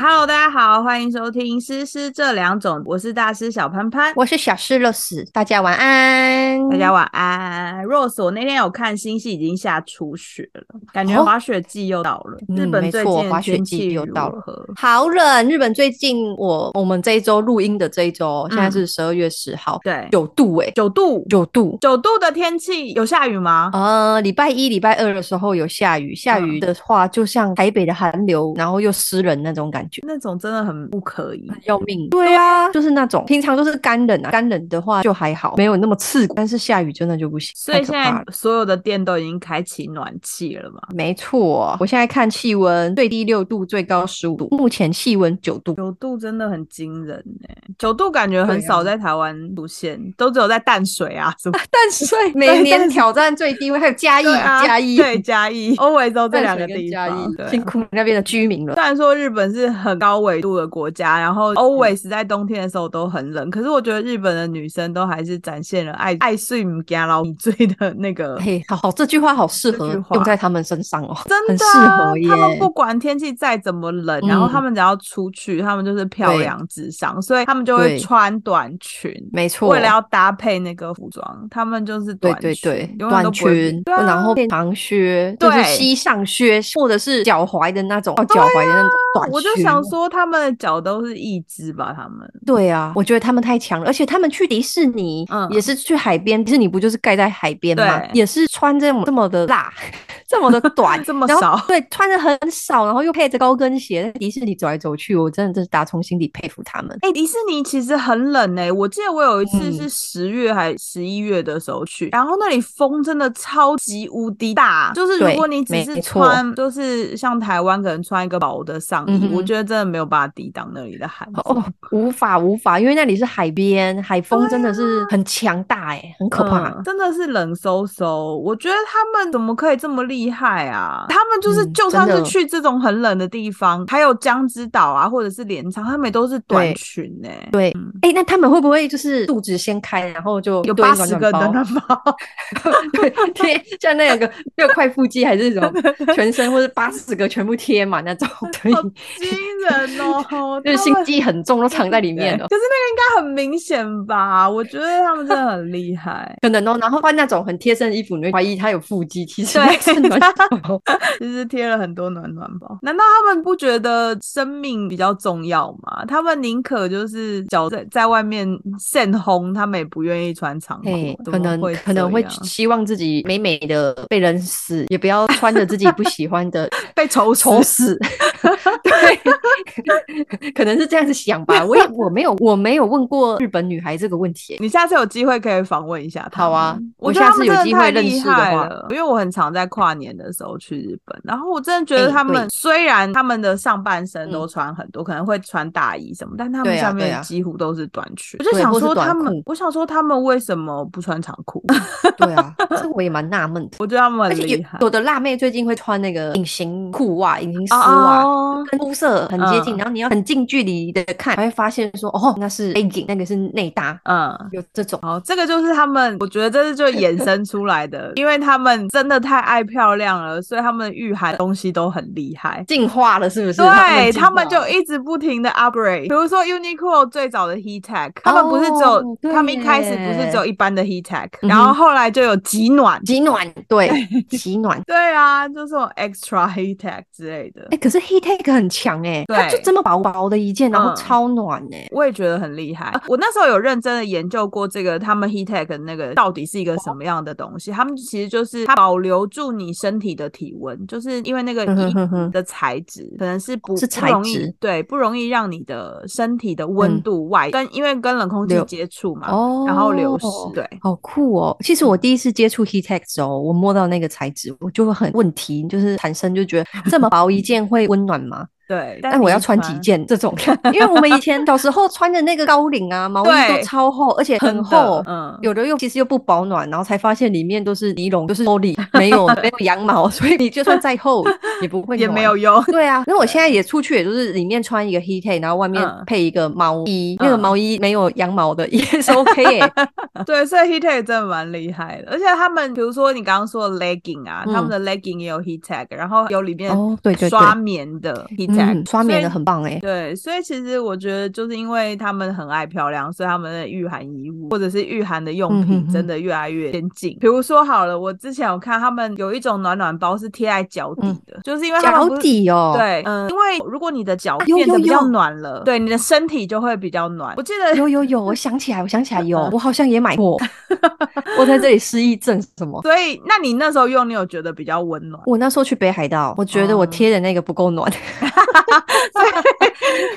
Hello，大家好，欢迎收听《诗诗这两种》，我是大师小潘潘，我是小诗乐死，大家晚安。大家晚安。Rose，我那天有看星系已经下初雪了，感觉哦滑雪季又到了。嗯日本最没错近滑的雪天季气又如到了何？好冷，日本最近我我们这一周录音的这一周，现在是十二月十号，对，九度哎、九度，九度。九度的天气有下雨吗？呃，礼拜一、礼拜二的时候有下嗯雨，下雨的话就像台北的寒流，然后又湿冷那种感觉。那种真的很不可以。很要命。对啊，就是那种平常都是干冷啊，干冷的话就还好，没有那么刺骨，但是下雨真的就不行，所以太可现怕在了。所有的店都已经开启暖气了嘛？没错，我现在看气温，最低六度，最高十五度，目前气温九度。九度真的很惊人呢、九度感觉很对啊少在台湾出现，都只有在淡水啊什么淡 水每但年是挑战最低温，还有嘉义，对啊嘉义，对 嘉义，always 都淡这两水个跟地嘉义 方。，对啊辛苦那边的居民了虽。然说日本是很高纬度的国家，然嗯后 always 在冬天的时候都很冷，可是我觉得日本的女生都还是展现了爱爱睡唔加老米醉的那个，嘿，好好，这句话好适这合句话用在他们身上哦，真很的适啊合耶。嗯他们不管天气再怎么冷，然后他们只要出去，他们就是漂对洋至上，所以他们就会对穿短裙。没错，为了要搭配那个服装，他们就是对短对裙对，永远都短不会变裙，对啊然后变长靴，就是对哦膝上靴，或者是脚踝的那种，到脚踝的那种短裙。哦啊我就想，说，他们的脚都是一只吧？他们对啊，我觉得他们太强了，而且他们去迪士尼，嗯也是去海边，迪士尼不就是盖在海边吗对？，也是穿这种这么的辣， 这么的短 这么然后少对，穿的很少，然后又配着高跟鞋，在迪士尼走来走去，我真的真是打从心底佩服他们。哎、迪士尼其实很冷哎、我记得我有一次嗯是十月还十一月的时候去，然后那里风真的超级无敌大，就是如对果你只没是错穿，就是像台湾可能穿一个薄的上衣，嗯哼我觉得真的没有办法抵挡那里的寒哦风。，无法无法，因为那里是海边，海风对真的是很强大哎、很可怕。嗯真的是冷飕飕。我觉得他们怎么可以这么厉害啊？他们就是嗯就算真是的去这种很冷的地方，还有江之岛啊，或者是镰仓，他们也都是短对裙哎、对，哎、那他们会不会就是肚子先开，然后就有堆八暖十暖个包暖暖包， 对贴像那个六块腹肌还是什么全身或者八十个全部贴满那种， 所以好惊 人哦！就是他心们机很重，都藏在里面哦对了。，可是那个应该很明显吧？我觉得他们真的很厉害 可能哦，然后换那种很贴身的衣服，你会怀疑他有腹肌，其实对 那是暖包。就是贴了很多暖暖包。难道他们不觉得生命比较重要吗？他们宁可就是脚在在外面现烘，他们也不愿意穿长裤嘿，。怎哎可么能会可能这会样希望自己美美的被人死，也不要穿着自己不喜欢的被愁死愁死。 对，可能是这样子想吧。我也我没有我没有问过日本女孩这个问题、你下次有机会可以访问一下他好们。啊我我觉得下他们次有真的机会太认厉识的害话了，因为我很常在跨年的时候去日本，然后我真的觉得哎他们、对虽然他们的上半身嗯都穿很多，可能会穿大衣什么，但他们对啊下对面啊几乎都是短裙。我就对想或是说他短们裤，我想说他们为什么不穿长裤？ 对啊， 这我也蛮纳闷的。我觉得他们而很且有厉害。有的辣妹最近会穿那个隐形裤袜、隐形丝袜，哦，跟肤色很接近，嗯然后你要很近距离的看，才会发现说，哦，那是 legging，那个是内搭，嗯。有这种。好，这个就是他们，我觉得这是就衍生出来的，因为他们真的太爱漂亮了，所以他们御寒东西都很厉害。进化了是不是？对进化他们就了一直不停的 upgrade，比如说 Uniqlo 最早的 Heat Tech，他们不是只哦有，对他们一开始不是只有一般的 Heat Tech，嗯哼然后后来就有极暖，极暖，对，极暖。对啊，就是有 Extra Heat Tech 之类的哎、，可是 heat tech 很强哎、对它就这么薄薄的一件，然后嗯超暖哎、我也觉得很厉害。啊我那时候有认真的研究过这个他们 Heat Tech 的那个到底是一个什么样的东西，他们其实就是它保留住你身体的体温，就是因为那个嗯哼衣哼服哼的材质可能是不是不容材易质嗯对不容易让你的身体的温度外、跟因为跟冷空气流接触嘛，哦，然后流失，嗯对。好酷哦！其实我第一次接触 heat tech 的时候，我摸到那个材质，我就会很问题，就是产生就觉得这么薄一件会温暖吗？对，但我要穿几件这种，因为我们以前小时候穿的那个高领啊，毛衣对都超厚，而且真很的厚，嗯，有的又其实又不保暖，然后才发现里面都是尼龙，就是玻璃，没 有没有羊毛，所以你就算再厚也不会也没暖有用， 对啊，因为我现在也出去，也就是里面穿一个 heat，tag，然后外面嗯配一个毛衣，那个嗯毛衣没有羊毛的也 是 OK 耶、对，所以 heat tag 真的蛮厉害的，而且他们比如说你刚刚说的 legging 啊，他嗯们的 legging 也有 heat tag，然后有里面哦，对对对，刷棉的 heat tag，、嗯，刷棉的所以很棒哎、对，所以其实我觉得，就是因为他们很爱漂亮，所以他们的御寒衣物或者是御寒的用嗯哼品哼真的越来越先进。比如说好了，我之前有看他们有一种暖暖包是贴在脚底嗯的，就是因为他们脚不是。底哦，，对，嗯，因为如果你的脚啊有变得有比较有暖了，对你的身体就会比较暖。我记得 有有有，我想起来，我想起来有，嗯我好像也买 过，我在这里失忆症什么。所以，那你那时候用，你有觉得比较温暖？我那时候去北海道，我觉得我哦贴的那个不够暖，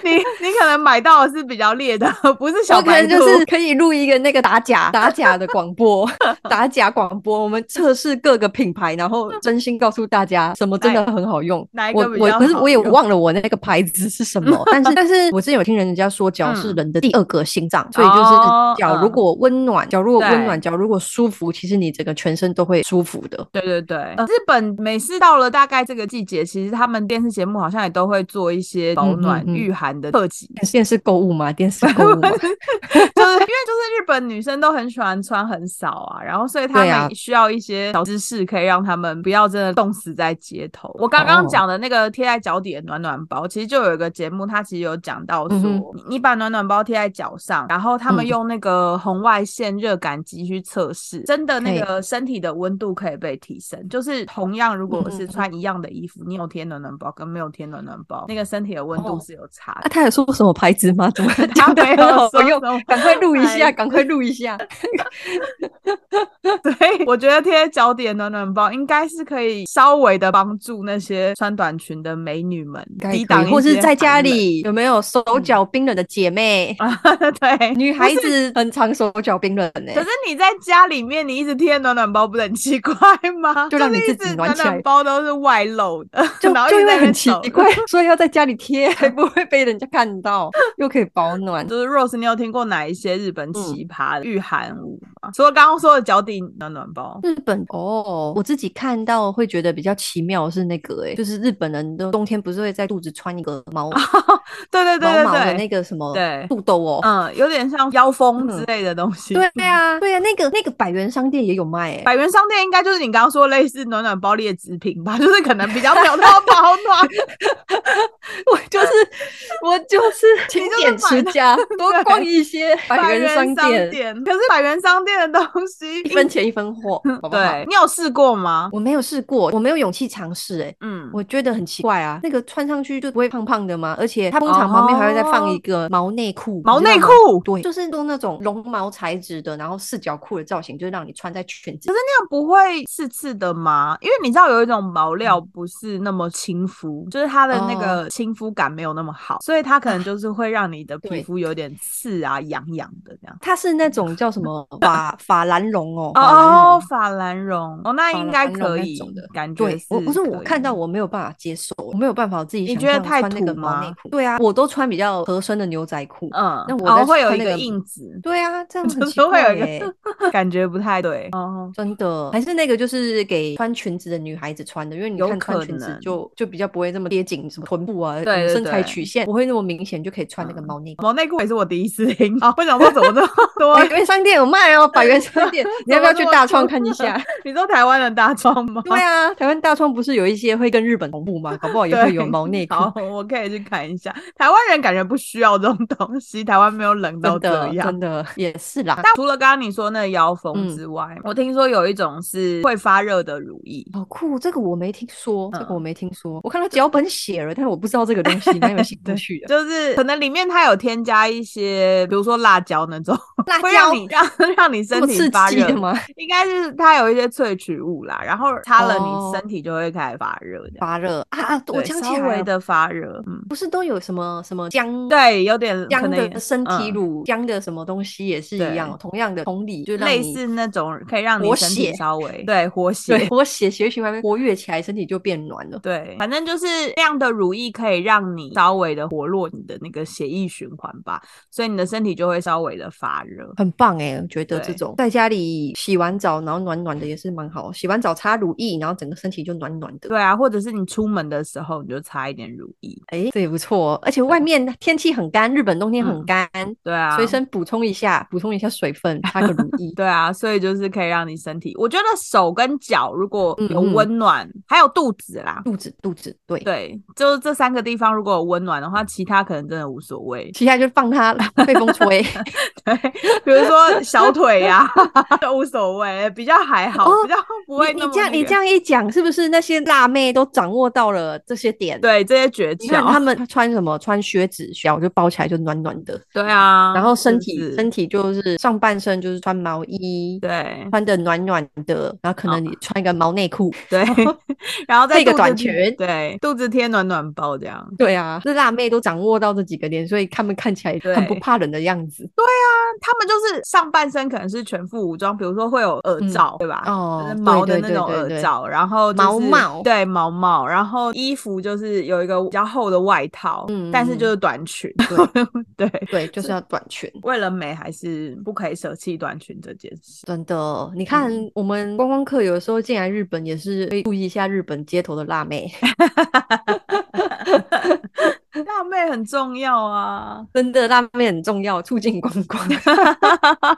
你你可能买到的是比较烈的，不是小我可白能兔。就是可以录一个那个打假打假的广 播，打假广播，我们测试各个品牌，然后真心告诉大家什么真哎的很好用。哪一我个比我较可是好我也用忘了我那个牌子是什 么，但是但是我之前有听人家说脚是嗯人的第二个心脏，所以就是哦脚如嗯果温暖，脚如果温对暖，脚如果舒服，其实你整个全身都会舒服的。对对对，呃日本每次到了大概这个季节，其实他们电视节目好像也都会做一些保嗯嗯暖嗯御寒的特辑，电视购物嘛，电视购 物嘛，就是因为就是日本女生都很喜欢穿很少啊，然后所以她对啊们需要一些小知识，可以让她们不要真的冻死在街头。我刚刚哦讲的那个贴在脚底的暖暖包，其实就有一个节目，它其实有讲到说，嗯哼你你把暖暖包贴在脚上，然后他们嗯用那个红外线热感机去测试，真的那嘿个身体的温度可以被提升。就是同样，如果嗯嗯是嗯穿一样的衣服，你有贴暖暖包跟没有贴暖暖包，那个身体的温度哦是有差的啊，。他有说什么牌子吗？怎么他讲得没有很好说用什么？赶快录一牌下，赶快录一 下。对， 我觉得贴脚底的暖暖包应该是可以稍微的帮助那些穿短裙的美女们应该抵可以挡一些寒冷，嗯或是在家里有没有手脚冰冷的姐妹？啊， 对。女孩子很常手脚冰冷欸呢、可是你在家里面，你一直贴暖暖包，不是很奇怪吗？就让你是自一己直暖暖起来暖包都是外露的， 就然后一就直因为在那边很奇抖怪， 所以要在家里贴，还不会被人家看到，又可以保暖。就是 Rose，你有听过哪一些日嗯本奇葩的御寒舞吗？除了刚刚说的脚底暖暖包， 日本哦，我自己看到会觉得比较奇妙的是那个、欸，就是日本人都冬天不是会在肚子穿一个毛对哦对对毛对毛的对，那个什么对肚兜哦、嗯，有点像腰封之嗯类的东西。对啊，对啊，那个那个百元商店也有卖、欸，百元商店应该就是你刚刚说类似暖暖包劣质品吧，就是可能比较没有那么保暖。我 就是我就是勤就是俭持买那 家，多逛一些 百元元商店，店，可是百元商店的东西一，分钱一分货，好不好 对？你有试过吗？我没有试过，我没有勇气尝试、欸，哎。嗯，我觉得很奇怪啊，那个穿上去就不会胖胖的吗？而且它通常旁边还会再放一个毛内裤，你哦毛知道内吗裤，，对，就是用那种绒毛材质的，然后四角裤的造型，就是让你穿在裙子。那样不会刺刺的吗？因为你知道有一种毛料嗯不是那么亲肤，就是它的那哦个亲肤感没有那么好，所以它可能就是会让你的皮啊对肤有点刺啊、痒痒的这样。它是那种叫什 么法法兰绒哦，法兰绒哦，法兰绒哦，法那兰应该绒可那以种的，感觉对，我不是我可看以到我没有办法接受，我没有办法我自己你想觉得象太穿那个土毛内吗裤。对啊，我都穿比较合身的牛仔裤。嗯，那我然后再会有穿一那个个印子，对啊， 这样很就奇是会怪欸有一个耶、感觉不 太对哦。真的，还是那个就是给穿裙子的女孩子穿的，因为你有看穿可裙子能就就比较不会这么贴紧什么臀部啊，对嗯对身材对曲线不会那么明显，就可以穿那个嗯毛内裤。 毛内裤也是我第一次听哦啊，不想说怎么这么百多？元商店有卖哦，百元商 店，你要不要去大创看一怎么这么下？你说台湾的大窗吗？ 对啊，台湾大创不是有一些会跟日本同步吗？搞不好也会有毛内裤。 好，我可以去看一下。台湾人感觉不需要这种东西，台湾没有冷到 真这的，样。真 的也是啦。但除了刚刚你说那个腰封嗯之外，我听说有一种是会发热的乳液，好酷，这个我没听说，这个嗯我没听说。我看到脚本写了，但是我不知道这个东西，蛮有兴 对趣的。就是可能里面它有添加一些，比如说辣椒那种，辣会椒让你让让你这身么体刺发激热的吗？应该是它有一些萃取物啦，然后擦了哦你身体就会开始 发热的。发热啊啊！我对想稍起来微了，的发热，嗯，不是都有什么什么姜对，有点可姜能的身体嗯乳、姜的什么东西也是一样，对同样的同理，就让类你似那种可以让你活身体血稍微对活对血。活血血液循环活跃起来，身体就变暖了。对，反正就是那样的乳液可以让你稍微的活络你的那个血液循环吧，所以你的身体就会稍微的发热。很棒哎、我觉得对这种在家里洗完澡，然后暖暖的也是蛮好。洗完澡擦乳液，然后整个身体就暖暖的。对啊，或者是你出门的时候你就擦一点乳液。哎、这也不错哦。而且外面天气很干，日本冬天很嗯干，对啊，。随、身补充一下，补充一下水分，擦个乳液 对啊，所以就是可以让你身体，我觉得手跟脚如果嗯有嗯温暖，还有肚子啦，肚子，肚子，对，对，就是这三个地方如果有温暖的话，其他可能真的无所谓。 其他就放它被风吹。对，比如说小腿呀、都无所谓，比较还好，哦比较不会你那你么这样你那个这样一讲，是不是那些辣妹都掌握到了这些点？，对这些诀你看她窍，们穿什么，穿靴子，小就包起来就暖暖的，对啊，然后身就体、是身体就是上半身就是穿毛衣，对啊穿的暖暖的，然后可好能你穿一个毛内裤。 对， 然后再配个肚子短贴裙对，肚子贴暖暖包这样。对啊，这辣妹都掌握到这几个点，所以她们看起来很不对怕冷的样子。他们就是上半身可能是全副武装，比如说会有嗯耳罩，对吧？哦就是对毛的对那对种对耳对罩，然后就是毛帽对毛帽，然后衣服就是有一个比较厚的外套，嗯但是嗯就是短裙，对 对。对，就是要短裙。为了美，还是不可以舍弃短裙这件事。 真的，你看嗯我们观光客有时候进来日本也是会注意一下日本街头的辣妹，辣妹很重要啊，真的辣妹很重要，促进观 光。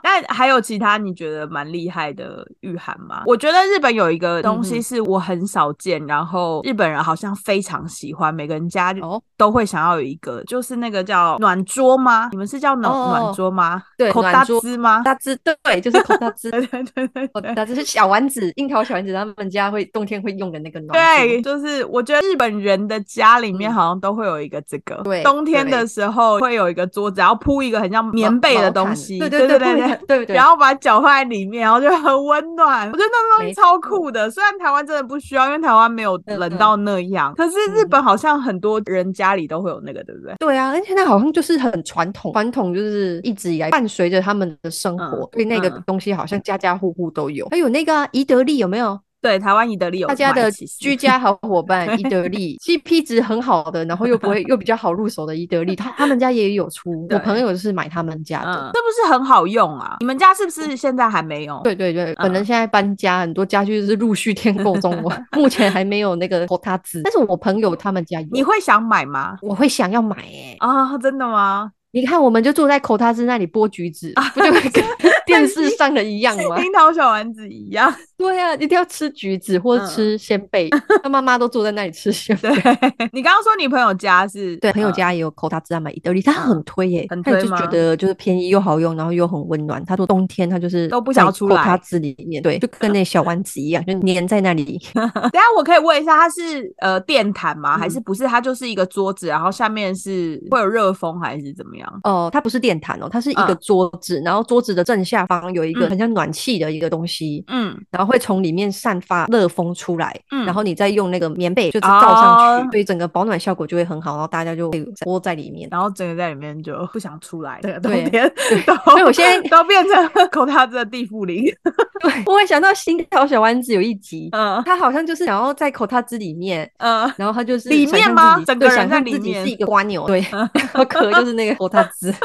但还有其他你觉得蛮厉害的御寒吗？我觉得日本有一个东嗯西哼是我很少见，然后日本人好像非常喜欢，每个人家哦，都会想要有一个，就是那个叫暖桌吗？你们是叫暖、哦暖桌吗？对口暖大桌兹吗？，大只 对，就是口大只 对对对对口对。大只是小丸子，樱桃小丸子他们家会冬天会用的那个暖桌对，就是我觉得日本人的家里面嗯好像都会有一个这个，对冬天的对时候会有一个桌子，然后铺一个很像棉毛被的毛东毯西，对对对对对对对对然后把脚放在里面，然后就很温暖。我觉得那东西没超错酷的，虽然台湾真的不需要，因为台湾没有嗯冷嗯到那样，可是日嗯本好像很多人家里都会有那个，对不对？对啊，而且那好像就是很传统，传统就是一直以来伴随着他们的生活，嗯所以那个嗯东西好像家家户户都有。还有那个啊宜得利有没有？对，台湾宜得利有大家卖的其实居家好伙 伴宜得利，CP 值很好的，然后又不 会又比较好入手的宜得利，他他们家也有出，我对朋友是买他们家的。嗯，是不是很好用啊？你们家是不是现在还没有？对对对，本人现在搬家，很多家具是陆续添购中，我 目前还没有那个托塔子，但是我朋友他们家有，你会想买吗？我会想要买诶、啊、真的吗？你看，我们就坐在口塔子那里剥橘子，不就跟 电视上的一样吗？樱桃小丸子一样， 对啊，一定要吃橘子或嗯吃鲜 贝。他妈妈都坐在那里吃鲜贝。对你刚刚说你朋友家是，对，朋友嗯，家也有口塔子在买意大利，他嗯很推耶、很他也推就觉吗得就是便宜又好用，然后又很温暖。他说冬天他就是都不想要出口塔来子里面，对，就跟那小丸子一样，就粘在那里。等一下我可以问一下，它是呃电毯吗？嗯还是不是？它就是一个桌子，然后下面是会有热风还是怎么样？哦，它不是电毯哦，它是一个嗯桌子，然后桌子的正下方有一个嗯很像暖气的一个东西，嗯，然后会从里面散发热风出来，嗯然后你再用那个棉被就是罩上去，哦所以整个保暖效果就会很好，然后大家就会窝在里 面。然后整个在里面就不想出来，对，冬对天都所以我现在 都变成口袋子的地缚 灵，对，我也想到《樱桃小丸子》有一集，嗯他好像就是想要在口塔子里面。嗯，然后他就是里想面象吗自己整对个想人在象里自己面是一个瓜牛， 对，然后壳就是那个口塔子。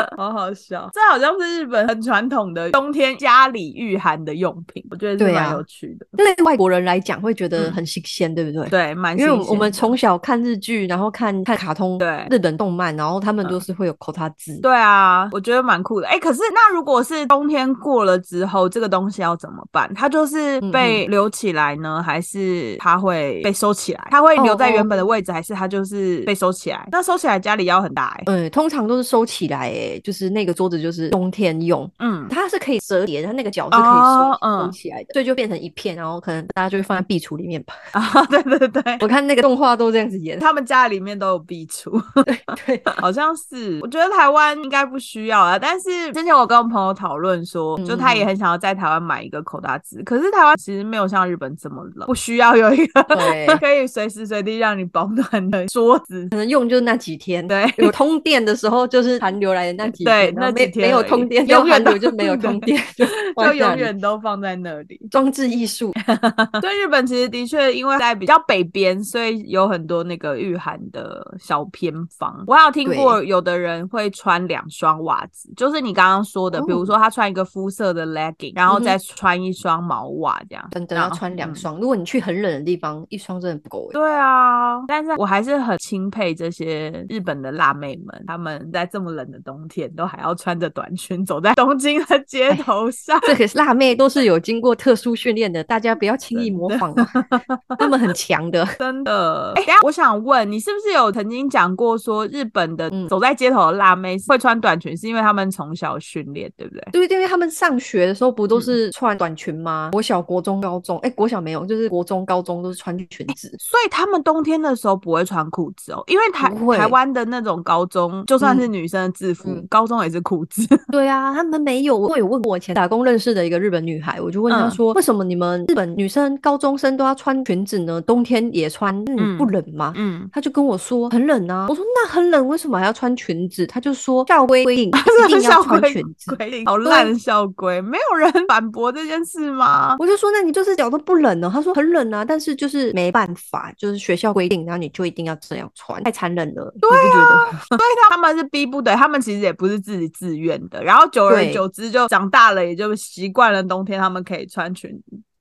好好笑，这好像是日本很传统的冬天家里御寒的用品，我觉得是对啊蛮有趣的，对外国人来讲会觉得嗯很新鲜，对不对？对，蛮因为新我们我们鲜的从小看日剧，然后看看卡通，对日本动漫，然后他们嗯都是会有口塔字。对啊，我觉得蛮酷的。哎、可是那如果是冬天过了之后，这个东西要怎么么办？它就是嗯被留起来呢，还是它会被收起来？它会留在哦哦原本的位置，还是它就是被收起来？那收起来家里要很大哎、欸。嗯，通常都是收起来，诶，就是那个桌子就是冬天用，嗯， 它是可以折叠的，它那个角是可以收、哦嗯收起来的，所以就变成一片，然后可能大家就会放在壁橱里面吧。啊，对对对，我看那个动画都这样子演，他们家里面都有壁橱，对，好像是。我觉得台湾应该不需要啊，但是之前我跟我朋友讨论说，嗯就他也很想要在台湾买一个口大纸，可是台湾其实没有像日本这么冷，不需要有一个对可以随时随地让你保暖的 桌子。可能用就是那几天，对有通电的时候就是寒流来的那几对天，然后那没几天没有而已通电，没有永寒远流都就没有通电， 就就完蛋永远都放在那里。 装置艺术，对，日本其实的确因为在比较北边，所以有很多那个御寒的小偏方。我还有听过有的人会穿两双袜子，就是你刚刚说的，哦嗯比如说他穿一个肤色的 legging，然后再穿一双毛袜这样。真的然要后穿两嗯双。如果你去很冷的地方，一双真的不够欸。对啊，但是我还是很钦佩这些日本的辣妹们，她们在这么冷的冬天都还要穿着短裙走在东京的街哎头上。这可是辣妹，都是有经过特殊训练的，大家不要轻易真模仿啊，她们很强的。 真的，哎、等一下我想问你，是不是有曾经讲过说日本的嗯走在街头的辣妹会穿短裙，是因为他们从小训练，对不对？对，因为他们上学的时候不都嗯是穿短裙吗？国小、国中、高中，哎，国小没有，就是国中、高中都是穿裙子。 所以他们冬天的时候不会穿裤子哦，因为台不会台湾的那种高中，就算嗯是女生的制服，嗯高中也是裤子。对啊，他们没有。我有问过我以前打工认识的一个日本女孩，我就问她嗯说，为什么你们日本女生高中生都要穿裙子呢？冬天也穿，那你不嗯冷吗？ 嗯，她就跟我说很冷啊，我说那很冷，为什么还要穿裙子？她就说校规规定 一定要校穿规裙子。规定好烂的校规，没有人 反驳这件事吗？我就说那你就是脚都不冷了，她说很冷啊，但是就是没办法，就是学校规定，然后你就一定要这样穿，太残忍了，你不觉啊得？他们是逼不得，他们其实也不是自己自愿的。然后久而对久之就长大了，也就习惯了冬天他们可以穿裙，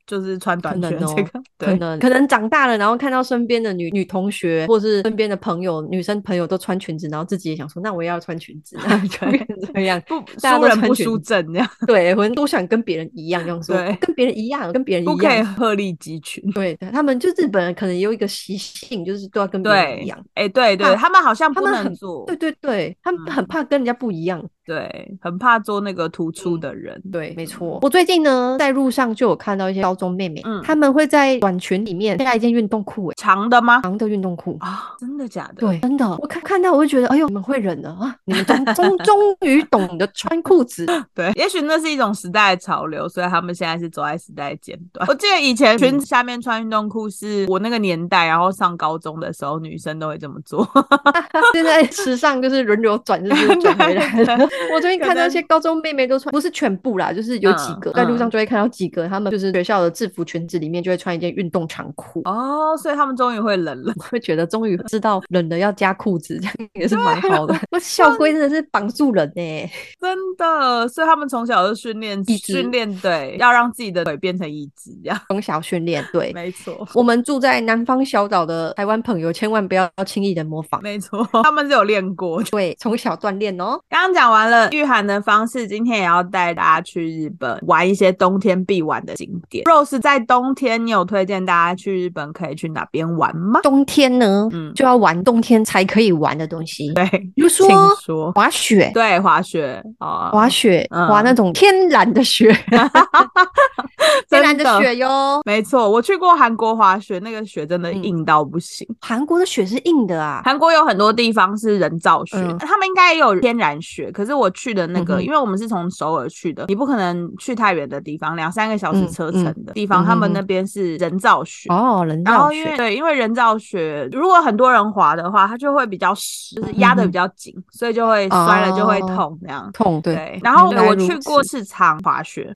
就是穿短可裙能哦这个。可对，能可能长大了，然后看到身边的女女同学或是身边的朋友，女生朋友都穿裙子，然后自己也想说，那我也要穿裙 子，然后就对变成这样。不大家输都人穿不裙输子阵，这样对，我都想跟别人一样，这样说，对我跟别人一样，跟别人不一可以样。鹤立鸡群。对，他们就日本人可能有一个习性，就是都要跟别人一对样。，哎、对对，怕他们好像他不们能很做，对对对，他们很嗯怕跟人家不一样。对，很怕做那个突出嗯的人。对，没错。我最近呢，在路上就有看到一些高中妹妹，嗯她们会在短裙里面加一件运动裤、欸，长的吗？长的运动裤。啊，真的假的？对，，真的，我看看到我就觉得，哎呦，你们会忍了啊！你们终终终于懂得穿裤子，对，也许那是一种时代的潮流，所以他们现在是走在时代的尖端。嗯我记得以前裙子下面穿运动裤是我那个年代，然后上高中的时候，女生都会这么 做。 现在时尚就是轮流转，就是转回来对了。我最近看可到一能些高中妹妹都穿，不是全部啦，就是有几嗯个、在路上嗯就会看到几个，她们就是学校的制服裙子里面就会穿一件运动长裤。 哦，所以他们终于会冷了。我会觉得终于知道冷了要加裤子，这样也是蛮好的。那校规真的是绑住人欸呢、真的，所以他们从小就训练椅子训练，对，要让自己的腿变成椅子，这样从小训练。对，没错。我们住在南方小岛的台湾朋友，千万不要轻易的模仿。没错，他们是有练过的。对，从小锻炼哦。刚刚讲完了御寒的方式，今天也要带大家去日本玩一些冬天必玩的景点。Rose 在冬天，你有推荐大家去日本可以去哪边玩吗？冬天呢，嗯就要玩冬天才可以玩的东西，对，比如说请说。滑雪、对，滑雪啊，滑雪、嗯滑那种天然的 雪，天然的雪哟。没错，我去过韩国滑雪，那个雪真的嗯硬到不行。韩国的雪是硬的啊，韩国有很多地方是人造雪，嗯他们应该也有天然雪。可是我去的那个，嗯哼因为我们是从首尔去的，你不可能去太远的地方，两三个小时嗯车嗯程的地方，嗯哼他们哼那边是人造雪。哦，人然造后因为雪，对，因为人造雪，如果很多人滑的话，它就会比较实，就是压嗯的哼比较紧，所以就会摔了就会哦痛这样。痛对。对，然后原来我如去过此赤仓滑雪，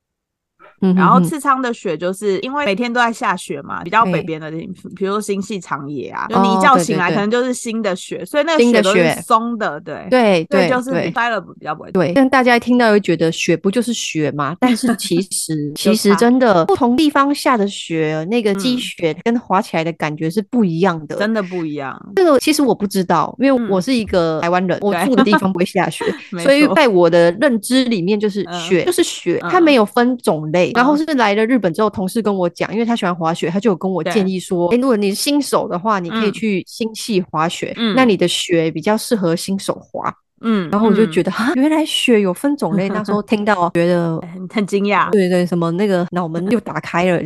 嗯哼哼然后赤仓的雪就是因为每天都在下雪嘛，比较对北边的地，比如说新系长野啊，就哦你一觉对对醒来对可能就是新的雪，所以那个新的雪都雪是松的，对，对所以对就是你对摔了比较不会。对，但大家一听到会觉得雪不就是雪 吗？但是其实有其实差真的不同地方下的雪，那个积嗯雪跟滑起来的感觉是不一样的。真的不一样，这个其实我不知道，因为嗯我是一个 台湾人，我对住的地方不会下雪 ，没所以错在我的认知里面，就是嗯雪、就是雪，它嗯没有分种类，然后是来了日本之后，同事跟我讲，因为他喜欢滑雪，他就有跟我对建议说，哎，如果你是新手的话，你可以嗯去新系滑雪，嗯那你的雪比较适合新手滑。嗯，然后我就觉得，得哈、原来雪有分种类。那时候听 到，觉得，很嗯很惊讶，对对，什么那个脑门又打开 了，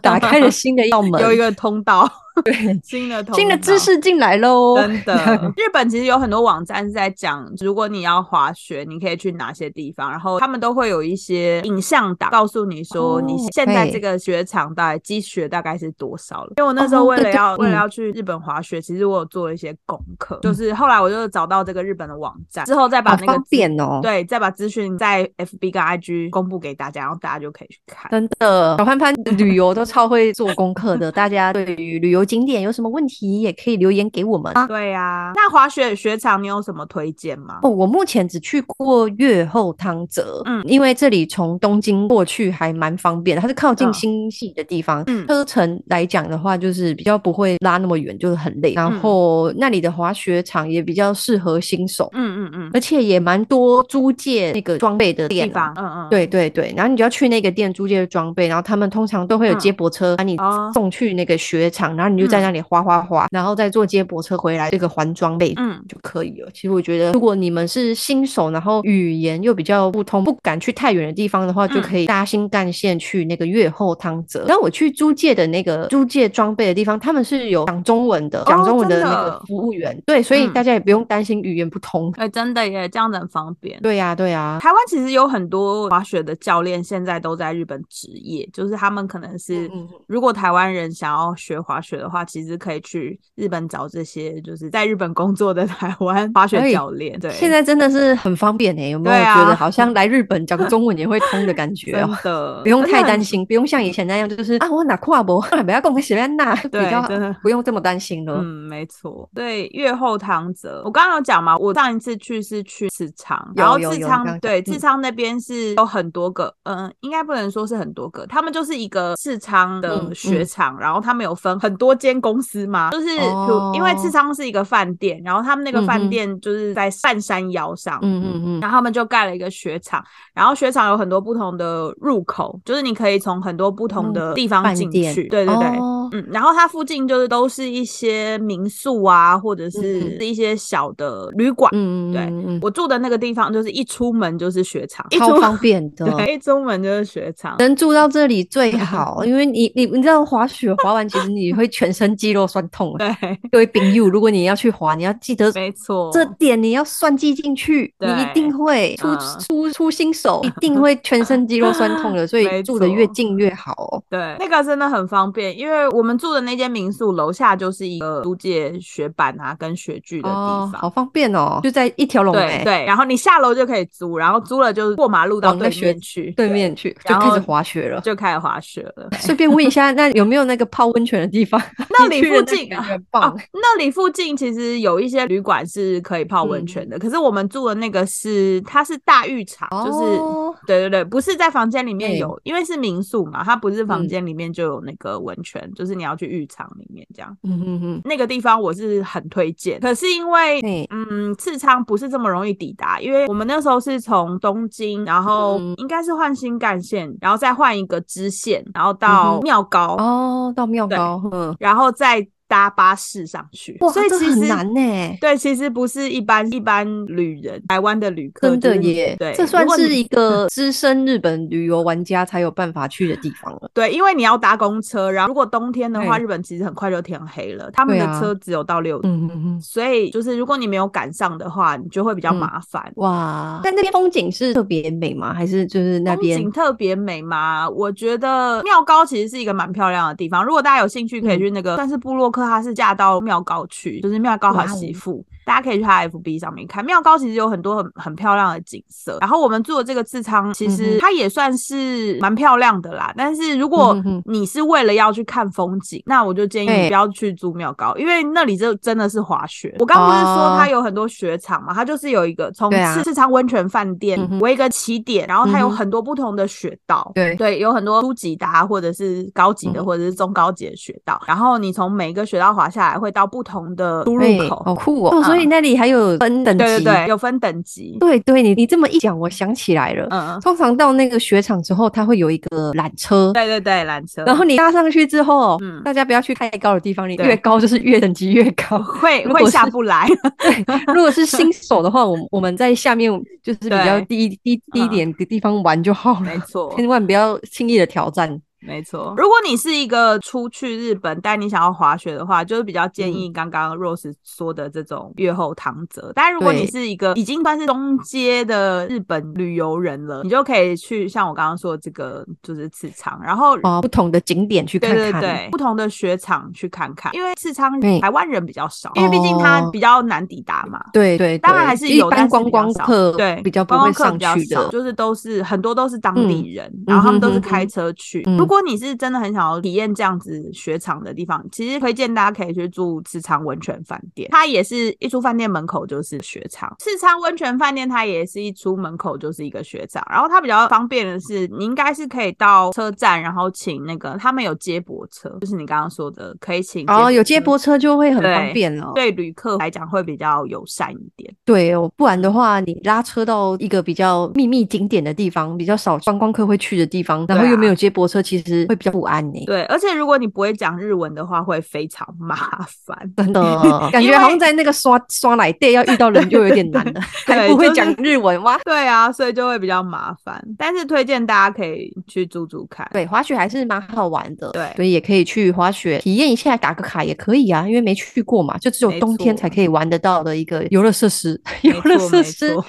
打开了新的药门，有一个通道，对，新的通道新的知。识进来喽。真的，日本其实有很多网站是在讲，如果你要滑雪，你可以去哪些地方，然后他们都会有一些影像档，告诉你说哦你现在对这个雪场大概积雪大概是多少了。因为我那时候为哦了对对要、为嗯了要去日本滑雪，其实我有做了一些功课，就是后来我就找到这个日本的网站，之后再把好那个方便哦。对，再把资讯在 FB 跟 IG 公布给大家，然后大家就可以去看。真的，小潘潘旅游都超会做功课的。大家对于旅游景点有什么问题，也可以留言给我们啊。对呀、那滑雪雪场你有什么推荐吗？哦，我目前只去过越后汤泽，嗯因为这里从东京过去还蛮方便的，它是靠近嗯新系的地方，嗯车程来讲的话，就是比较不会拉那么远，就是很累。然嗯后那里的滑雪场也比较适合新手，嗯嗯嗯，而且也蛮多租借那个装备的店地啊方，嗯嗯，对对对，然后你就要去那个店租借装备，然后他们通常都会有接嗯驳车把你哦送去那个雪场，然后你就在嗯那里滑滑滑，然后再坐接驳车回来，这个还装备嗯，就可以了。其实我觉得，如果你们是新手，然后语言又比较不通，不敢去太远的地方的话，就嗯可以搭新干线去那个越后汤泽。然后我去租借的那个租借装备的地方，他们是有讲中文的，讲哦中文真的那个的服务员，对，所以嗯大家也不用担心语言不通。哎、真的耶，这样子很方便。对呀、对呀、台湾其实有很多滑雪的教练，现在都在日本职业，就是他们可能是，嗯嗯嗯如果台湾人想要学滑雪的话，其实可以去日本找这些就是在日本工作的 台湾滑哎雪教练。对，现在真的是很方便欸诶、有没有对啊觉得好像来日本讲中文也会通的感觉 真哦、的不用太担心。心，不用像以前那样，就是啊，我哪跨博，啊不要 跟我写在那，比对较真的不用这么担心了。嗯，没错，对，越后汤泽，我刚刚有讲嘛，我上一次去是去赤仓，有然后有有赤你刚仓刚对讲嗯赤仓那边是有很多个，嗯，应该不能说是很多个，他们就是一个赤仓嗯的雪场，然后他们有分很多间公司嘛，就是、比如因为哦赤仓是一个饭店，然后他们那个嗯饭哼店就是在半山腰上，嗯嗯嗯，然后他们就盖了一个雪场，然后雪场有很多不同的入口，就是你可以从很多不同的地方哦饭进店去。对对对，哦嗯，然后它附近就是都是一些民宿啊，或者嗯是一些小的旅馆。嗯嗯对嗯嗯我住的那个地方就是一出门就是雪场，一嗯，超出方便的。对，一出门就是雪场。能住到这里 最好，因为你你你知道滑雪滑完，其实你会全身肌肉酸痛啊。对，各位朋友，如果你要去滑，你要记得没错，这点你要算计进去，你一定对会出、嗯出出新手，一定会全身肌肉酸 痛的，所以没住的越错近越好哦。对，那个真的很方便，因为我们住的那间民宿楼下就是一个租借雪板啊跟雪具的地哦，方好。方便哦，就在一条龙对哎、对，然后你下楼就可以租，然后租了就过马路到往那对雪面去，对面去就然开始后滑雪了。就开始滑雪了。 顺便问一下，那有没有那个泡温泉的地方？ 那你里去附了那近感觉很哦棒。，那里附近其实有一些旅馆是可以泡嗯温泉的，可是我们住的那个是它是大浴场，就是。哦，对对对，不是在房间里哎面有，因为是民宿嘛，它不是房嗯间里面就有那个温泉，就是你要去浴场里面这样。嗯嗯嗯，那个地方我是很推荐，可是因为嘿嗯，赤仓不是这么容易抵达，因为我们那时候是从东京，然后嗯应该是换新干线，然后再换一个支线，然后嗯到哼妙高，哦，到妙对高，嗯，然后再搭巴士上去。哇，所以这其很实难呢、对，其实不是一般一般旅人，台湾的旅客真的就是耶，对，这如算果是你一个资深日本旅游玩家才有办法去的地方了。对，因为你要搭公车，然后如果冬天的话，对日本其实很快就天黑了，他们对的啊车只有到六点。嗯嗯嗯，所以就是，如果你没有赶上的话，你就会比较嗯麻烦。哇，但那边风景是特别美吗？还是就是那风边嗯景特别美吗？我觉得妙高其实是一个蛮漂亮的地方。如果大家有兴趣，可以嗯去那个，但是布洛克他是嫁到妙高去，就是妙高哇好哦媳妇，大家可以去他 FB 上面看。妙高其实有很多很很漂亮的景色。然后我们住的这个次仓，其嗯实哼它也算是蛮漂亮的啦。但是如果嗯哼哼你是为了要去看风景，那我就建议哎你不要去住妙高，因为那里就真的是滑雪。我刚刚不是说哦它有很多雪场嘛，它就是有一个从对啊赤赤仓温泉饭店嗯哼为一个起点，然后它有嗯哼很多不同的雪道。对对，有很多初级的、啊，或者是高级嗯的，或者是中高级的雪道。然后你从每一个雪道滑下来，会到不同的出入哎口。好酷哦！哦所以那里还有分等级。对对对，有分等级。对对你你这么一讲，我想起来了。嗯，通常到那个雪场之后，它会有一个缆车，对对对，缆车，然后你搭上去之后，嗯大家不要去太高的地方，你对越高就是越等级越高。会如果会下是不来。 如果是新手的话，我们我们在下面就是比较对低低低一嗯点的地方玩就好了没，错，千万不要轻易的挑战。没错，如果你是一个出去日本，但你想要滑雪的话，就是比较建嗯议刚刚 Rose 说的这种月后堂泽。但如果对你是一个已经算是中阶的日本旅游人了，你就可以去像我刚刚说的这个就是次仓，然后哦，不同的景点去看对看。对对，不同的雪场去看看，因为次仓对台湾人比较少，因为毕竟它哦比较难抵达嘛。对对当然对还是一有，般但是观比较光少客对比较不观光会客上比较去少，的。就是都是很多都是当地人，嗯然后他们都是嗯哼开哼车去。嗯如果你是真的很想要体验这样子雪场的地方，其实推荐大家可以去住赤仓温泉饭店，它也是一出饭店门口就是雪场。赤仓温泉饭店它也是一出门口就是一个雪场，然后它比较方便的是，你应该是可以到车站，然后请那个他们有接驳车，就是你刚刚说的可以请哦，有接车驳车就会很方对便了。嗯对旅客来讲会比较友善一点。对哦，不然的话，你拉车到一个比较秘密景点的地方，比较少观光客会去的地方，然后对啊又没有接驳车，其实会比较不安呢。对，啊而且如果你不会讲日文的话，会非常麻烦。 真的，感因觉为好像在那个刷刷奶店要遇到人就有点难了，还 对不会就是讲日文哇。对啊，所以就会比较麻烦。但是推荐大家可以去住住看。对，滑雪还是蛮好玩的，对所以也可以去滑雪体验一下，打个卡也可以啊，因为没去过嘛，就只有没冬天错才可以玩得到的一个游乐设施， 没游乐错，设没施，错。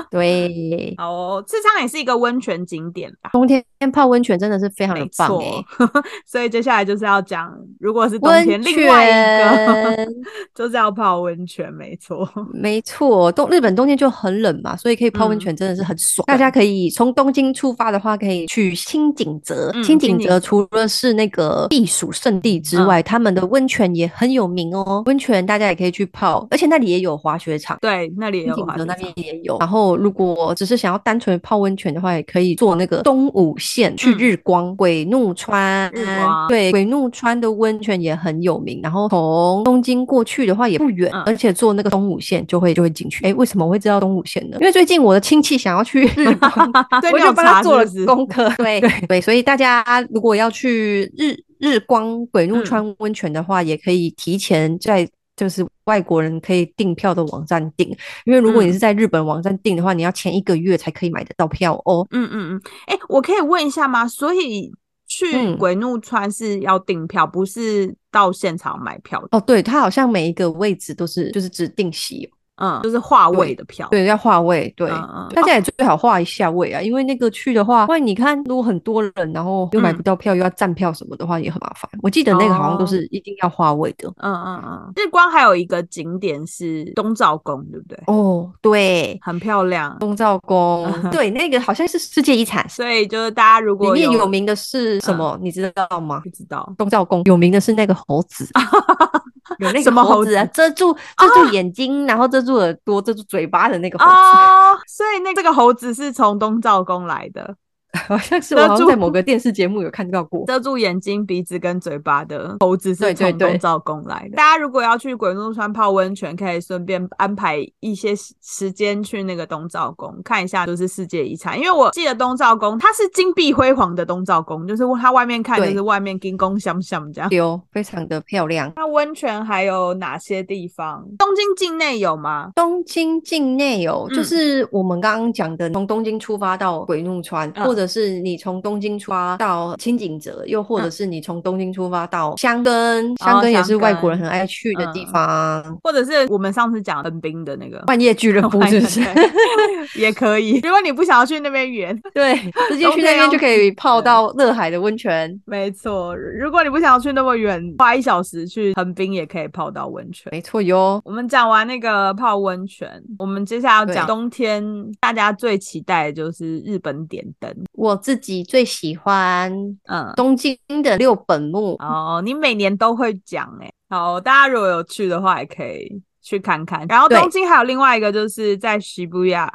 对，好哦，赤仓也是一个温泉景点吧？冬天泡温泉真的是非常没的棒哎、错。 所以接下来就是要讲，如果是冬天，温另外一个泉， 就是要泡温泉，没错。没错，冬日本冬天就很冷嘛，所以可以泡温嗯泉真的是很爽。大家可以从东京出发的话，可以去青井泽。嗯青青井井泽嗯泽除了是那个避暑胜地之外，他们的温泉也很有名哦。温泉大家也可以去泡，而且那里也有滑雪场。对，那里也青有井滑泽雪那场边也有，然后如果只是想要单纯泡温泉的话，也可以坐那个东武线去嗯日光、鬼怒川。日光对，鬼怒川的温泉也很有名。然后从东京过去的话也不远，嗯而且坐那个东武线就会就会进去。哎，为什么我会知道东武线呢？因为最近我的亲戚想要 去日光，对我你有就帮他查做了是不是功 课。对对对，所以大家如果要去日日光鬼怒嗯川温泉的话，也可以提前在就是外国人可以订票的网站订，因为如果你嗯是在日本网站订的话，你要前一个月才可以买得到票哦。嗯嗯嗯，哎、我可以问一下吗？所以去嗯鬼怒川是要订票，不是到现场买票的，哦，对，它好像每一个位置都是就是指定席，哦嗯，就是话位的票。对，要划位，对。嗯嗯大家也最好划一下位啊，因为那个去的话，不然你看，如果很多人，然后又买不嗯到票，又要站票什么的话，也很麻烦。我记得那个好像都哦是一定要划位的。嗯嗯嗯，日光还有一个景点是东照宫，对不对？哦，对，很漂亮，东 照宫，对，那个好像是世界遗产，所以就是大家如里果面有有名的是什嗯么？你知道吗不？知道，东照宫有名的是那个猴 子，有那什个么猴猴子啊，子遮住遮住眼睛，然后遮住耳朵，遮住嘴巴的那个猴子，哦，所以那这个猴子是从东照宫来的， 好像是我遮好像住在某个电视节目有看到 过。遮住眼睛、鼻子跟嘴巴的猴子对对是从东对照宫来的。大家如果要去鬼怒川泡温泉，可以顺便安排一些时时间去那个东照宫看一下，就是世界遗产。因为我记得东照宫它是金碧辉煌的东照宫，就是它外面看就对是外面金光闪闪这样。丢，非常的漂亮。那温泉还有哪些地方？东京境内有吗？东京境内有，就嗯是我们刚刚讲的，从东京出发到鬼怒川，嗯或者是你从东京出发到青井泽，又或者嗯是你从东京出发到箱根，箱根也是箱外国人啊根很爱去的地嗯 方。？或者是我们上次讲横滨的那个半夜俱乐部是不 是？也可以。 如果你不想要去那边远， 对，直接冬去那边天要就可以泡对到热海的温泉。没错，如果你不想要去那么远，花一小时去横滨也可以泡到温泉。没错哟，我们讲完那个泡温泉，我们接下来要讲对冬天大家最期待的就是日本点灯。我自己最喜欢嗯，东京的六本木。哦，你每年都会讲哎、好，大家如果有去的话，也可以去看看。然后对东京还有另外一个，就是在西布亚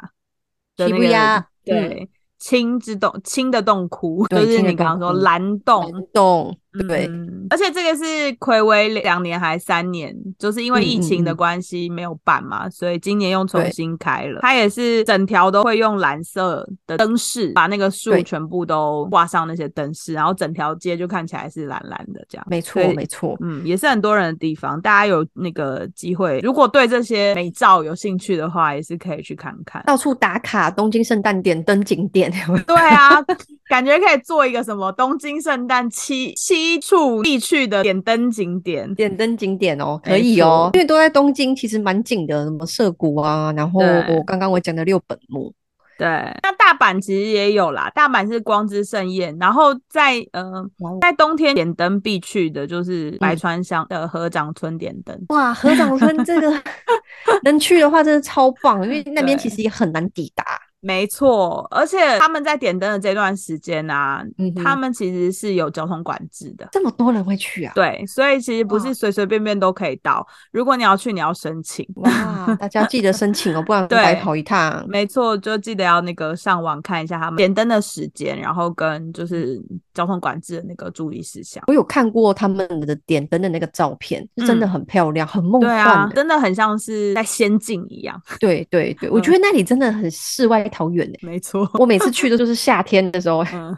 的那个 Shibuya，嗯对青之洞青的洞窟，就对是青的你刚刚洞说窟蓝洞洞对嗯而且这个是暌违两年还三年，就是因为疫情的关系没有办嘛，所以今年又重新开了。它也是整条都会用蓝色的灯饰，把那个树对全部都挂上那些灯饰，然后整条街就看起来是蓝蓝的这样。没所错以没错，嗯，也是很多人的地方，大家有那个机会，如果对这些美照有兴趣的话，也是可以去看看。到处打卡东京圣诞点灯景点， 对啊，感觉可以做一个什么东京圣诞七七处必去的点灯景点。点灯景点哦，可没以哦，错因为都在东京，其实蛮近的，什么涩谷啊，然后对我刚刚我讲的六本木，对，那大阪其实也有啦，大阪是光之盛宴，然后在呃哇哦在冬天点灯必去的就是白嗯川乡的合掌村点灯。哇，合掌村这个 能去的话真的超棒， 因为那边对其实也很难抵达，没错，而且他们在点灯的这段时间啊，嗯他哼，们其实是有交通管制的。这么多人会去啊，对，所以其实不哇是随随便便都可以到。如果你要去，你要申请。哇，大家记得申请哦，不然对白跑一趟。没错，就记得要那个上网看一下他们点灯的时间，然后跟就是交通管制的那个注意事项。我有看过他们的点灯的那个照片，是真的嗯很漂亮，很梦对啊， 幻。真的很像是在仙境一样。对对对，我嗯觉得那里真的很世外桃源欸没错，我每次去的就是夏天的时候，嗯，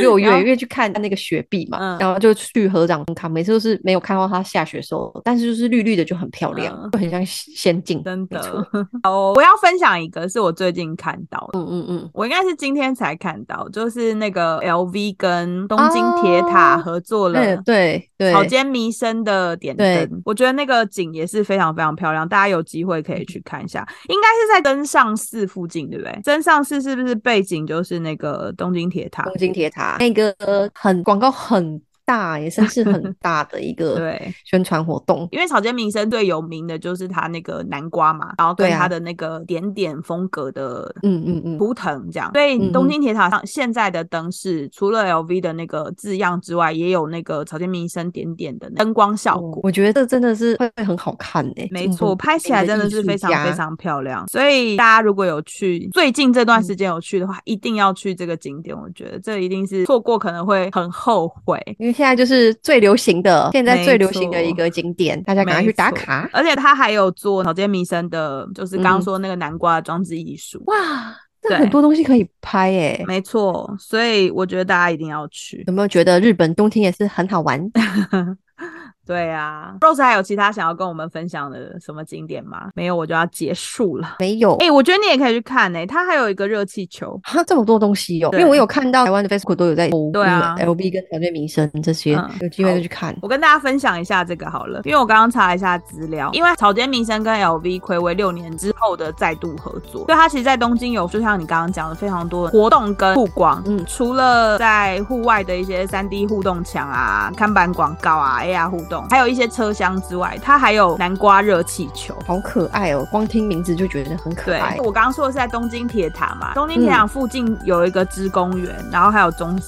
六月 然后因为去看那个雪碧嘛，嗯然后就去合掌看，每次都是没有看到它下雪的时候，但是就是绿绿的就很漂亮，嗯就很像仙境，真的没错。哦，我要分享一个是我最近看到的。嗯嗯嗯，我应该是今天才看到，就是那个 LV 跟东京铁塔哦合作了，嗯，对对，草间弥生的点对灯，我觉得那个景也是非常非常漂亮，大家有机会可以去看一下。应该是在真上寺附近，对不对？真上寺是不是背景就是那个东京铁塔东？京铁塔那个很广告很大，欸也声势 很大的一个对，宣传活动。因为草间弥生最有名的就是他那个南瓜嘛，然后跟对啊他的那个点点风格的嗯嗯嗯，图腾这样。所以嗯东哼京铁塔上现在的灯饰，除了 LV 的那个字样之外，也有那个草间弥生点点的灯光效果。哦我觉得这真的是会会很好看欸诶、没这么错，拍起来真的艺是术非常非家常漂亮，所以大家如果有去最近这段时嗯间有去的话，一定要去这个景点。我觉得这一定是错过可能会很后悔。因为现在就是最流行的，现在没最流行的一错个景点，大家赶快没去打错卡。而且他还有做草间弥生的，就是嗯刚刚哼说那个南瓜的装置艺术。哇，这对很多东西可以拍诶、没错，所以我觉得大家一定要去。有没有觉得日本冬天也是很好玩？ 对啊，Rose 还有其他想要跟我们分享的什么景点吗？没有，我就要结束了。没有哎、我觉得你也可以去看诶、它还有一个热气球。哈，这么多东西哦、对因为我有看到台湾的 Facebook 都有在投对啊那个 LV 跟团队民生这些，嗯有机会就去看。我跟大家分享一下这个好了，因为我刚刚查了一下资料，因为草间弥生跟 LV 暌违六年之后的再度合作，对它其实在东京有，就像你刚刚讲的，非常多的活动跟曝光。嗯嗯，除了在户外的一些 3D 互动墙啊、看板广告啊、AR 互动，还有一些车厢之外，它还有南瓜热气球。好可爱哦、光听名字就觉得很可对爱，。嗯我刚刚说的是在东京铁塔嘛，东京铁塔附近有一个芝公园，然后还有中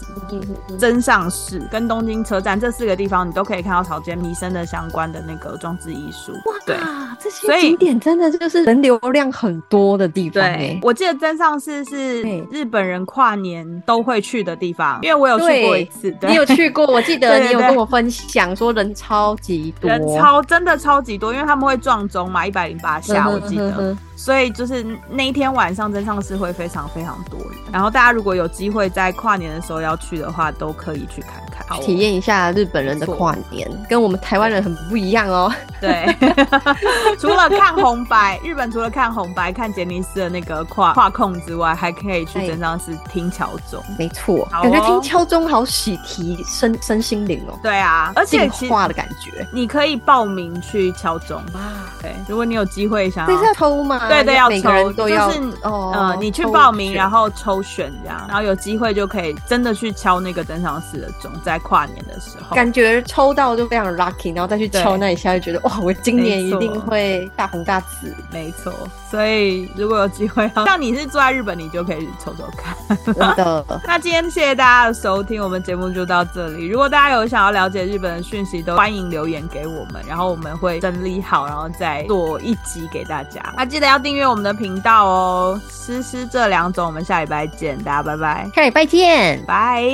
真上市跟东京车站这四个地方，你都可以看到草间弥生的相关的那个装置艺术。对。哇，这所些以景点真的就是人流量很多的地方欸对诶、，我记得真上市是对日本人跨年都会去的地方，因为我有去过一次。对，你有去过？我记得对对你有对跟我分享说人超级多，人超真的超级多，因为他们会撞钟嘛，一百零八嗯下我记得，所以就是那一天晚上真上市会非常非常多人。然后大家如果有机会在跨年的时候要去的话，都可以去看看，好哦体验一下日本人的没错跨年，跟我们台湾人很不一样 哦。对，除了看红白，日本除了看红白、看杰尼斯的那个跨跨控之外，还可以去对真上寺听桥钟。没错，好哦感觉听敲钟好洗提身身心灵哦，对啊，而且净其实化的感觉。你可以报名去敲钟。哇，对，如果你有机会想这是要要。抽吗？对对，要每个抽，人都要就是哦呃，你去抽报名，选然后抽选这样，然后有机会就可以真的去敲那个真上寺的钟，在跨年的时候。感觉抽到就非常 lucky，然后再去敲那一下，就觉得哇，我今年一定会大红大紫。没错，所以如果有机会，像你是住在日本，你就可以抽抽看。真 的，那今天谢谢大家的收听，我们节目就到这里。如果大家有想要了解日本的讯息，都欢迎留言给我们，然后我们会整理好，然后再做一集给大家。那记得要订阅我们的频道哦。诗诗这两种，我们下礼拜见，大家拜拜，下礼拜见。拜。